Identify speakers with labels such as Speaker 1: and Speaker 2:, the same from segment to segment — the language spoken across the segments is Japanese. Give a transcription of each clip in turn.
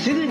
Speaker 1: 役立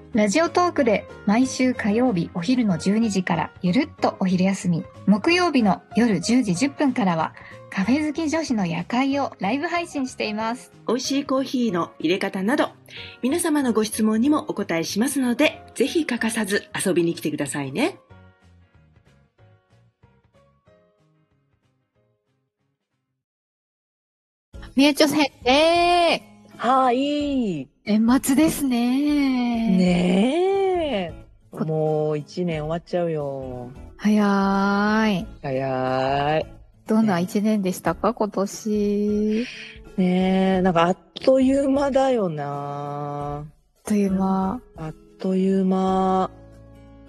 Speaker 2: ラジオトークで毎週火曜日お昼の12時からゆるっとお昼休み、木曜日の夜10時10分からはカフェ好き女子の夜会をライブ配信しています。
Speaker 1: 美味しいコーヒーの入れ方など皆様のご質問にもお答えしますのでぜひ欠かさず遊びに来てくださいね
Speaker 2: みえちょ先生、
Speaker 3: はい。
Speaker 2: 年末ですね。
Speaker 3: ねえ。
Speaker 2: こ
Speaker 3: もう一年終わっちゃうよ。
Speaker 2: 早い。
Speaker 3: 早い。
Speaker 2: どんな一年でしたか、今年。
Speaker 3: ねえ、なんかあっという間だよ
Speaker 2: あ
Speaker 3: な。
Speaker 2: っという間。
Speaker 3: あっという間。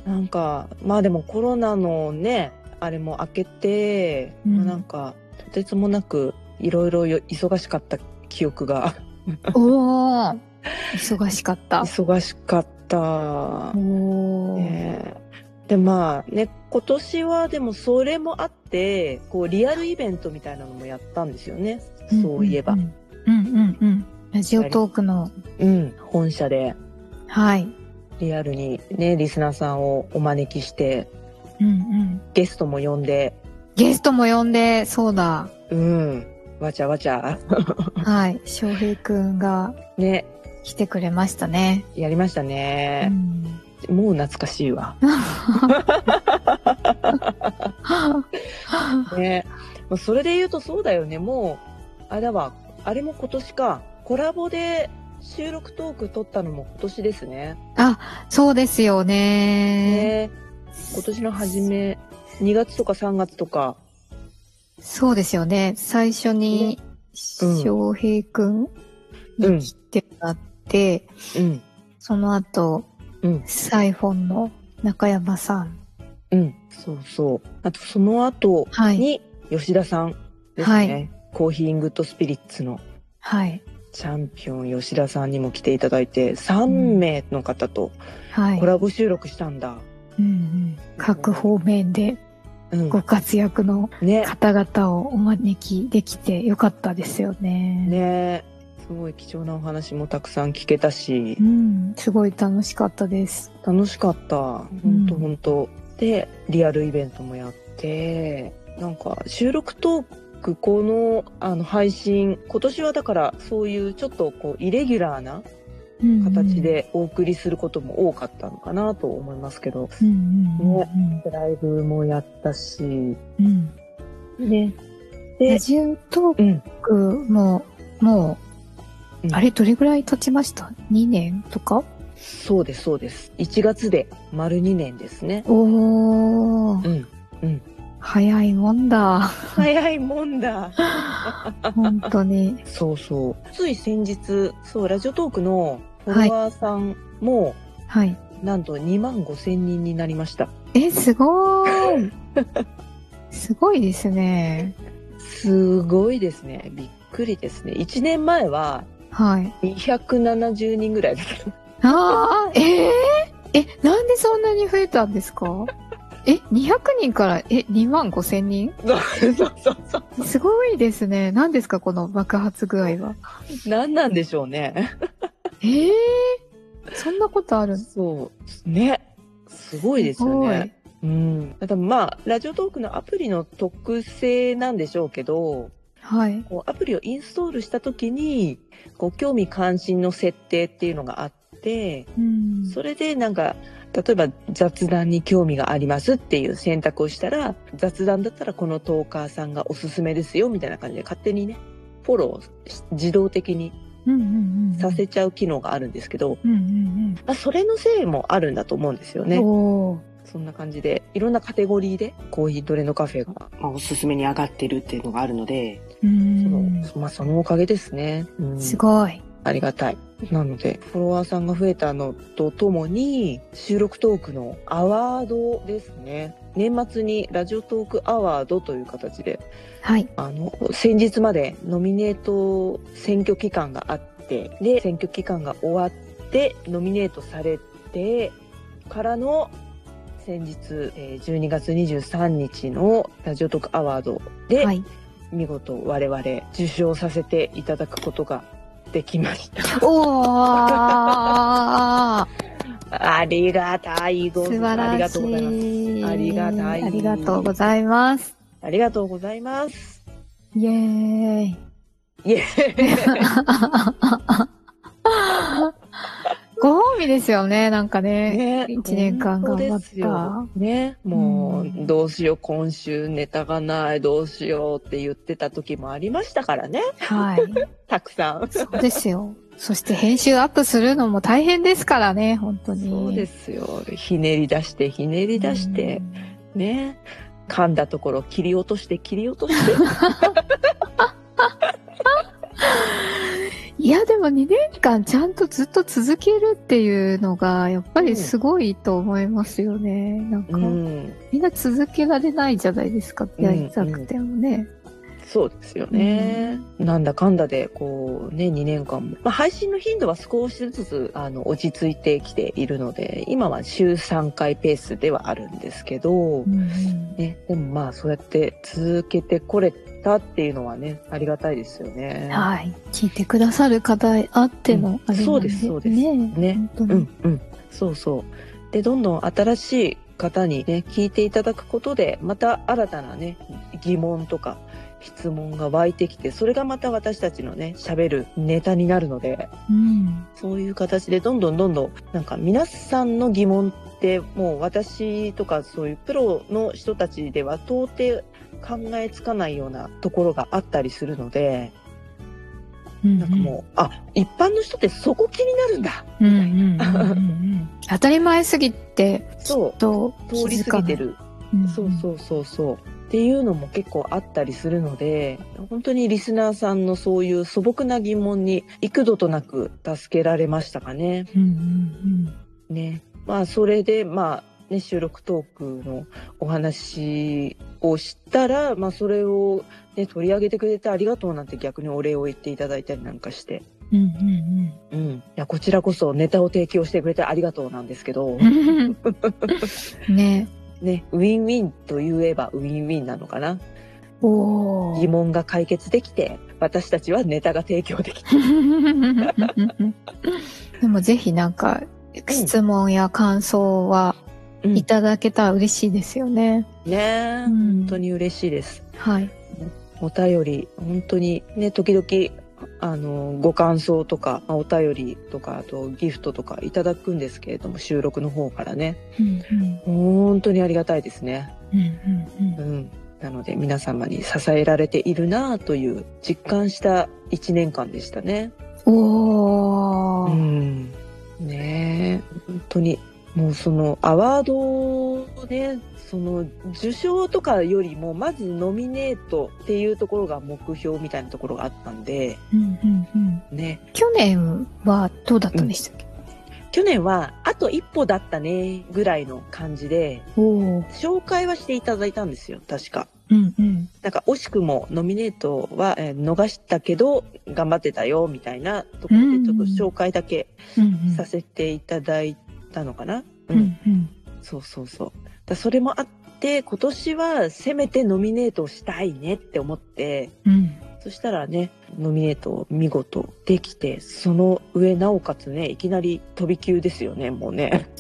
Speaker 3: なんか、まあでもコロナのね、あれも明けて、
Speaker 2: うん
Speaker 3: まあなんか、とてつもなくいろいろよ忙しかった記憶が。
Speaker 2: おー。忙しかった。
Speaker 3: 忙しかった。
Speaker 2: おー。
Speaker 3: ねえでまあね今年はでもそれもあってこうリアルイベントみたいなのもやったんですよね、そういえば
Speaker 2: う、んうんうん。ラジオトークの、
Speaker 3: うん、本社で
Speaker 2: はい。
Speaker 3: リアルにねリスナーさんをお招きして
Speaker 2: うんうん。
Speaker 3: ゲストも呼んで
Speaker 2: ゲストも呼んで、そうだ。
Speaker 3: うんわちゃわちゃ
Speaker 2: はい。翔平くんが
Speaker 3: ね
Speaker 2: 来てくれましたね。
Speaker 3: やりました
Speaker 2: う
Speaker 3: ね、
Speaker 2: ん
Speaker 3: もう懐かしい わ、ね、まあそれで言うとそうだよねもうあれだわあれも今年かコラボで収録トーク撮ったのも今年ですね
Speaker 2: そうですよね。
Speaker 3: ね今年の初め2月とか3月とか
Speaker 2: そうですよね。最初に、
Speaker 3: うん
Speaker 2: 翔平くんに来てもらって、
Speaker 3: うん
Speaker 2: その後、
Speaker 3: うん
Speaker 2: サイフォンの中山さん。
Speaker 3: うんそうそうあとその後
Speaker 2: はい。
Speaker 3: に吉田さんですね、
Speaker 2: はい
Speaker 3: コーヒーイングッドスピリッツの
Speaker 2: はい。
Speaker 3: チャンピオン吉田さんにも来ていただいて3名の方と
Speaker 2: はい
Speaker 3: コ。ラボ収録したんだ、
Speaker 2: うんうん各方面で
Speaker 3: うん
Speaker 2: ご活躍の
Speaker 3: ね
Speaker 2: 方々をお招きできてよかったですよね。
Speaker 3: ねすごい貴重なお話もたくさん聞けたし
Speaker 2: うん、すごい楽しかったです。
Speaker 3: 楽しかったほんとほんと、でリアルイベントもやってなんか収録トークこのあの配信今年はだからそういうちょっとこうイレギュラーな形でお送りすることも多かったのかなと思いますけど、
Speaker 2: うんうんうん
Speaker 3: ライブもやったし
Speaker 2: うんうん。
Speaker 3: ね
Speaker 2: ラ
Speaker 3: で
Speaker 2: ジオト
Speaker 3: う
Speaker 2: ー
Speaker 3: ん
Speaker 2: クも、もう
Speaker 3: う、ん
Speaker 2: あれどれぐらい経ちました ?2 年とか
Speaker 3: そうですそうです1月で丸2年ですね
Speaker 2: おー、
Speaker 3: うん
Speaker 2: 早いもん だ。
Speaker 3: 早いもんだ
Speaker 2: 本当に。
Speaker 3: そうそう。つい先日、そう、ラジオトークのフォロワーさんも、
Speaker 2: はい。
Speaker 3: なんと2万5千人になりました。
Speaker 2: え、すごーい。すごいですね。
Speaker 3: すごいですね。びっくりですね。1年前は
Speaker 2: はい。
Speaker 3: 270人ぐらいだった。
Speaker 2: ああ、えええ、なんでそんなに増えたんですかえ、200人から、え、2万5千人
Speaker 3: そうそうそう そう。
Speaker 2: すごいですね。何ですか、この爆発具合は。
Speaker 3: 何なんでしょうね。
Speaker 2: ええそんなことあるす
Speaker 3: そう。ね。すごいですよ
Speaker 2: ごい
Speaker 3: ね。うん。ただまあ、ラジオトークのアプリの特性なんでしょうけど、
Speaker 2: はい。
Speaker 3: こうアプリをインストールした時に、こう興味関心の設定っていうのがあって、
Speaker 2: うん。
Speaker 3: それでなんか、例えば雑談に興味がありますっていう選択をしたら、雑談だったらこのトーカーさんがおすすめですよみたいな感じで勝手にね、フォローし自動的に
Speaker 2: うんうんうん。
Speaker 3: させちゃう機能があるんですけど、
Speaker 2: うんうん
Speaker 3: まあ、それのせいもあるんだと思うんですよ
Speaker 2: うん。
Speaker 3: ね。
Speaker 2: おー
Speaker 3: そんな感じで、いろんなカテゴリーでコーヒーどれのカフェが、
Speaker 1: まあ、おすすめに上がってるっていうのがあるので、
Speaker 2: う
Speaker 3: その
Speaker 2: ん。
Speaker 3: まあ、そのおかげですね。うん
Speaker 2: すごい。
Speaker 3: ありがたい。なので、フォロワーさんが増えたのとともに、収録トークのアワードですね。年末にラジオトークアワードという形で、
Speaker 2: はい。
Speaker 3: あの、先日までノミネート選挙期間があって、で、選挙期間が終わって、ノミネートされてからの、先日、えー12月23日のラジオトークアワードで、
Speaker 2: はい。
Speaker 3: 見事我々受賞させていただくことができました。
Speaker 2: おー
Speaker 3: ありがたいご
Speaker 2: 素晴
Speaker 3: あり
Speaker 2: ら
Speaker 3: がとうございます。
Speaker 2: しい。
Speaker 3: ありがたい
Speaker 2: ありがとうございます。
Speaker 3: ありがとうございます。
Speaker 2: イエーイ。
Speaker 3: イエーイ
Speaker 2: ご褒美ですよね、なんかね。
Speaker 3: ね
Speaker 2: 一年間頑張った
Speaker 3: 本当ですよね、
Speaker 2: う
Speaker 3: もう、
Speaker 2: ん
Speaker 3: どうしよう、今週ネタがない、どうしようって言ってた時もありましたからね、
Speaker 2: はい。
Speaker 3: たくさん。
Speaker 2: そうですよ。そして編集アップするのも大変ですからね、本当に。。
Speaker 3: そうですすよ。ひねり出して、ひねり出して、ね、噛んだところ切り落として、切り落として。
Speaker 2: いや、でも2年間ちゃんとずっと続けるっていうのが、やっぱりすごいと思いますよね。なんか、
Speaker 3: うん、
Speaker 2: みんな続けられないじゃないですか、やりたくてもね。
Speaker 3: そうですよね。なんだかんだで、こう、ね、2年間も。まあ、配信の頻度は少しずつ、あの、落ち着いてきているので、今は週3回ペースではあるんですけ
Speaker 2: う
Speaker 3: ど、
Speaker 2: ん
Speaker 3: ね、でもまあそうやって続けてこれたっていうのはねありがたいですよね。
Speaker 2: はい。聞いてくださる方あってのあれなん
Speaker 3: そうですそうです
Speaker 2: ね。
Speaker 3: ね
Speaker 2: 本当
Speaker 3: う
Speaker 2: に
Speaker 3: んうんそうそう。でどんどん新しい方にね聞いていただくことでまた新たなね疑問とか質問が湧いてきてそれがまた私たちのね喋るネタになるので
Speaker 2: うん。
Speaker 3: そういう形でどんどんどんどんなんか皆さんの疑問ってもう私とかそういうプロの人たちでは到底考えつかないようなところがあったりするので
Speaker 2: うん
Speaker 3: なんかもう、あ一般の人ってそこ気になるんだ
Speaker 2: うんうんうんうんうん当たり前すぎて、
Speaker 3: そう
Speaker 2: と
Speaker 3: 通り過ぎて。るそう
Speaker 2: う。
Speaker 3: そうそうそうっていうのも結構あったりするので本当にリスナーさんのそういう素朴な疑問に幾度となく助けられましたかね。
Speaker 2: うんうん
Speaker 3: ね。まあそれでまあね収録トークのお話をしたらまあそれをね取り上げてくれてありがとうなんて逆にお礼を言っていただいたりなんかして。
Speaker 2: うん。うんうん
Speaker 3: うん、いやこちらこそネタを提供してくれてありがとうなんですけど、
Speaker 2: うん。ね
Speaker 3: ね、ウィンウィンと言えばウィンウィンなのかな
Speaker 2: お
Speaker 3: 疑
Speaker 2: ー。
Speaker 3: 問が解決できて私たちはネタが提供できて
Speaker 2: でもぜひなんか、質問や感想は
Speaker 3: うん
Speaker 2: いただけたら嬉しいですよね。
Speaker 3: ね、
Speaker 2: うん
Speaker 3: 本当に嬉しいです
Speaker 2: はい。
Speaker 3: お便り本当にね時々あのご感想とかまあお便りとかあとギフトとかいただくんですけれども収録の方からね
Speaker 2: うんうん
Speaker 3: 本当にありがたいですね
Speaker 2: うんうん
Speaker 3: う
Speaker 2: うん
Speaker 3: なので皆様に支えられているなあという実感した1年間でしたね
Speaker 2: んお
Speaker 3: う
Speaker 2: ー。
Speaker 3: んねえ本当にもうそのアワードをねその受賞とかよりもまずノミネートっていうところが目標みたいなところがあったんで
Speaker 2: うんうんうん
Speaker 3: ね
Speaker 2: 去年はどうだったんでしたっけ
Speaker 3: 去年はあと一歩だったねぐらいの感じで
Speaker 2: おー。
Speaker 3: 紹介はしていただいたんですよ確か。
Speaker 2: うんうん。
Speaker 3: なんか惜しくもノミネートはえー逃したけど頑張ってたよみたいなところでちょっと紹介だけ
Speaker 2: うんうん
Speaker 3: させていただいたのかな。
Speaker 2: うんうん
Speaker 3: そうそうそう。だそれもあって、今年はせめてノミネートをしたいねって思って、
Speaker 2: うん
Speaker 3: そしたらね、ノミネートを見事できて、その上なおかつね、いきなり飛び級ですよね、もうね。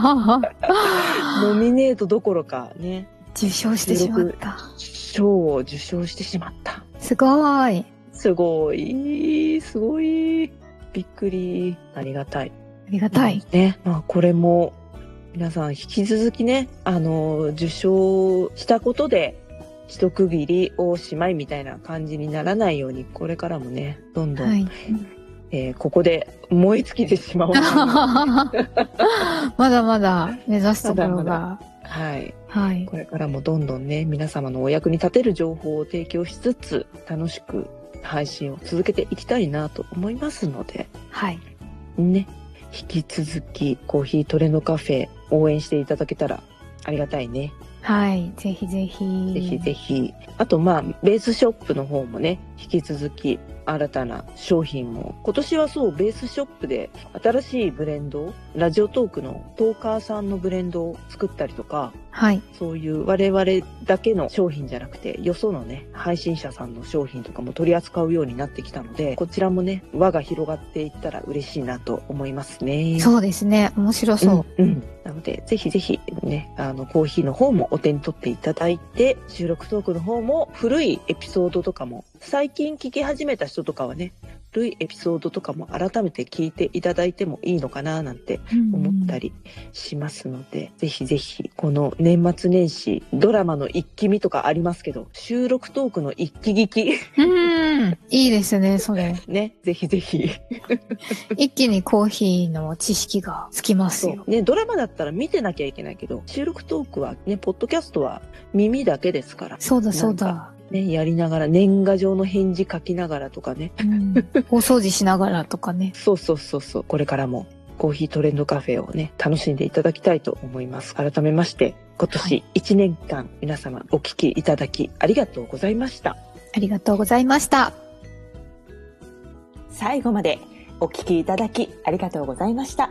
Speaker 3: ノミネートどころかね、
Speaker 2: 受賞してしまった。
Speaker 3: 賞を受賞してしまった。
Speaker 2: すごい。
Speaker 3: すごい、すごい。びっくり。ありがたい。
Speaker 2: ありがたい。
Speaker 3: ね、まあこれも皆さん引き続きね、あの、受賞したことで一区切りおしまいみたいな感じにならないように、これからもね、どん どん、
Speaker 2: はい。
Speaker 3: えーここで燃え尽きてしまおうか な。
Speaker 2: まだまだ目指すところが。
Speaker 3: まだはい。
Speaker 2: はい。
Speaker 3: これからもどんどんね、皆様のお役に立てる情報を提供しつつ、楽しく配信を続けていきたいなと思いますので、
Speaker 2: はい。
Speaker 3: ね、引き続きコーヒートレのカフェ応援していただけたらありがたいね。
Speaker 4: はい、ぜひぜひ。
Speaker 3: ぜひぜひ。あとまあ、ベースショップの方もね、引き続き新たな商品も。今年はそう、ベースショップで新しいブレンド、ラジオトークのトーカーさんのブレンドを作ったりとか、
Speaker 4: はい、
Speaker 3: そういう我々だけの商品じゃなくて、よそのね、配信者さんの商品とかも取り扱うようになってきたので、こちらもね、輪が広がっていったら嬉しいなと思いますね。
Speaker 4: そうですね。面白そう。
Speaker 3: うん、うんなので、ぜひぜひね、あの、コーヒーの方もお手に取っていただいて、収録トークの方も古いエピソードとかも、最近聞き始めた人とかはね、古いエピソードとかも改めて聞いていただいてもいいのかななんて思った
Speaker 4: り。
Speaker 3: りしますので、ぜひぜひ、この年末年始、ドラマの一気見とかありますけど、収録トークの一気聞き、
Speaker 4: うん、いいですね、それ。
Speaker 3: ね、ぜひぜひ。
Speaker 4: 一気にコーヒーの知識がつきます
Speaker 3: そう
Speaker 4: よ。
Speaker 3: ね、ドラマだったら見てなきゃいけないけど、収録トークはね、ポッドキャストは耳だけですから、
Speaker 4: そうだ、そうだ。
Speaker 3: ね、やりながら、年賀状の返事書きながらとかね。
Speaker 4: うん、お掃除しながらとかね。
Speaker 3: そうそうそうそう。これからもコーヒートレンドカフェをね、楽しんでいただきたいと思います。改めまして、今年1年間皆様お聞きいただきありがとうございました。
Speaker 4: ありがとうございました。
Speaker 1: 最後までお聞きいただきありがとうございました。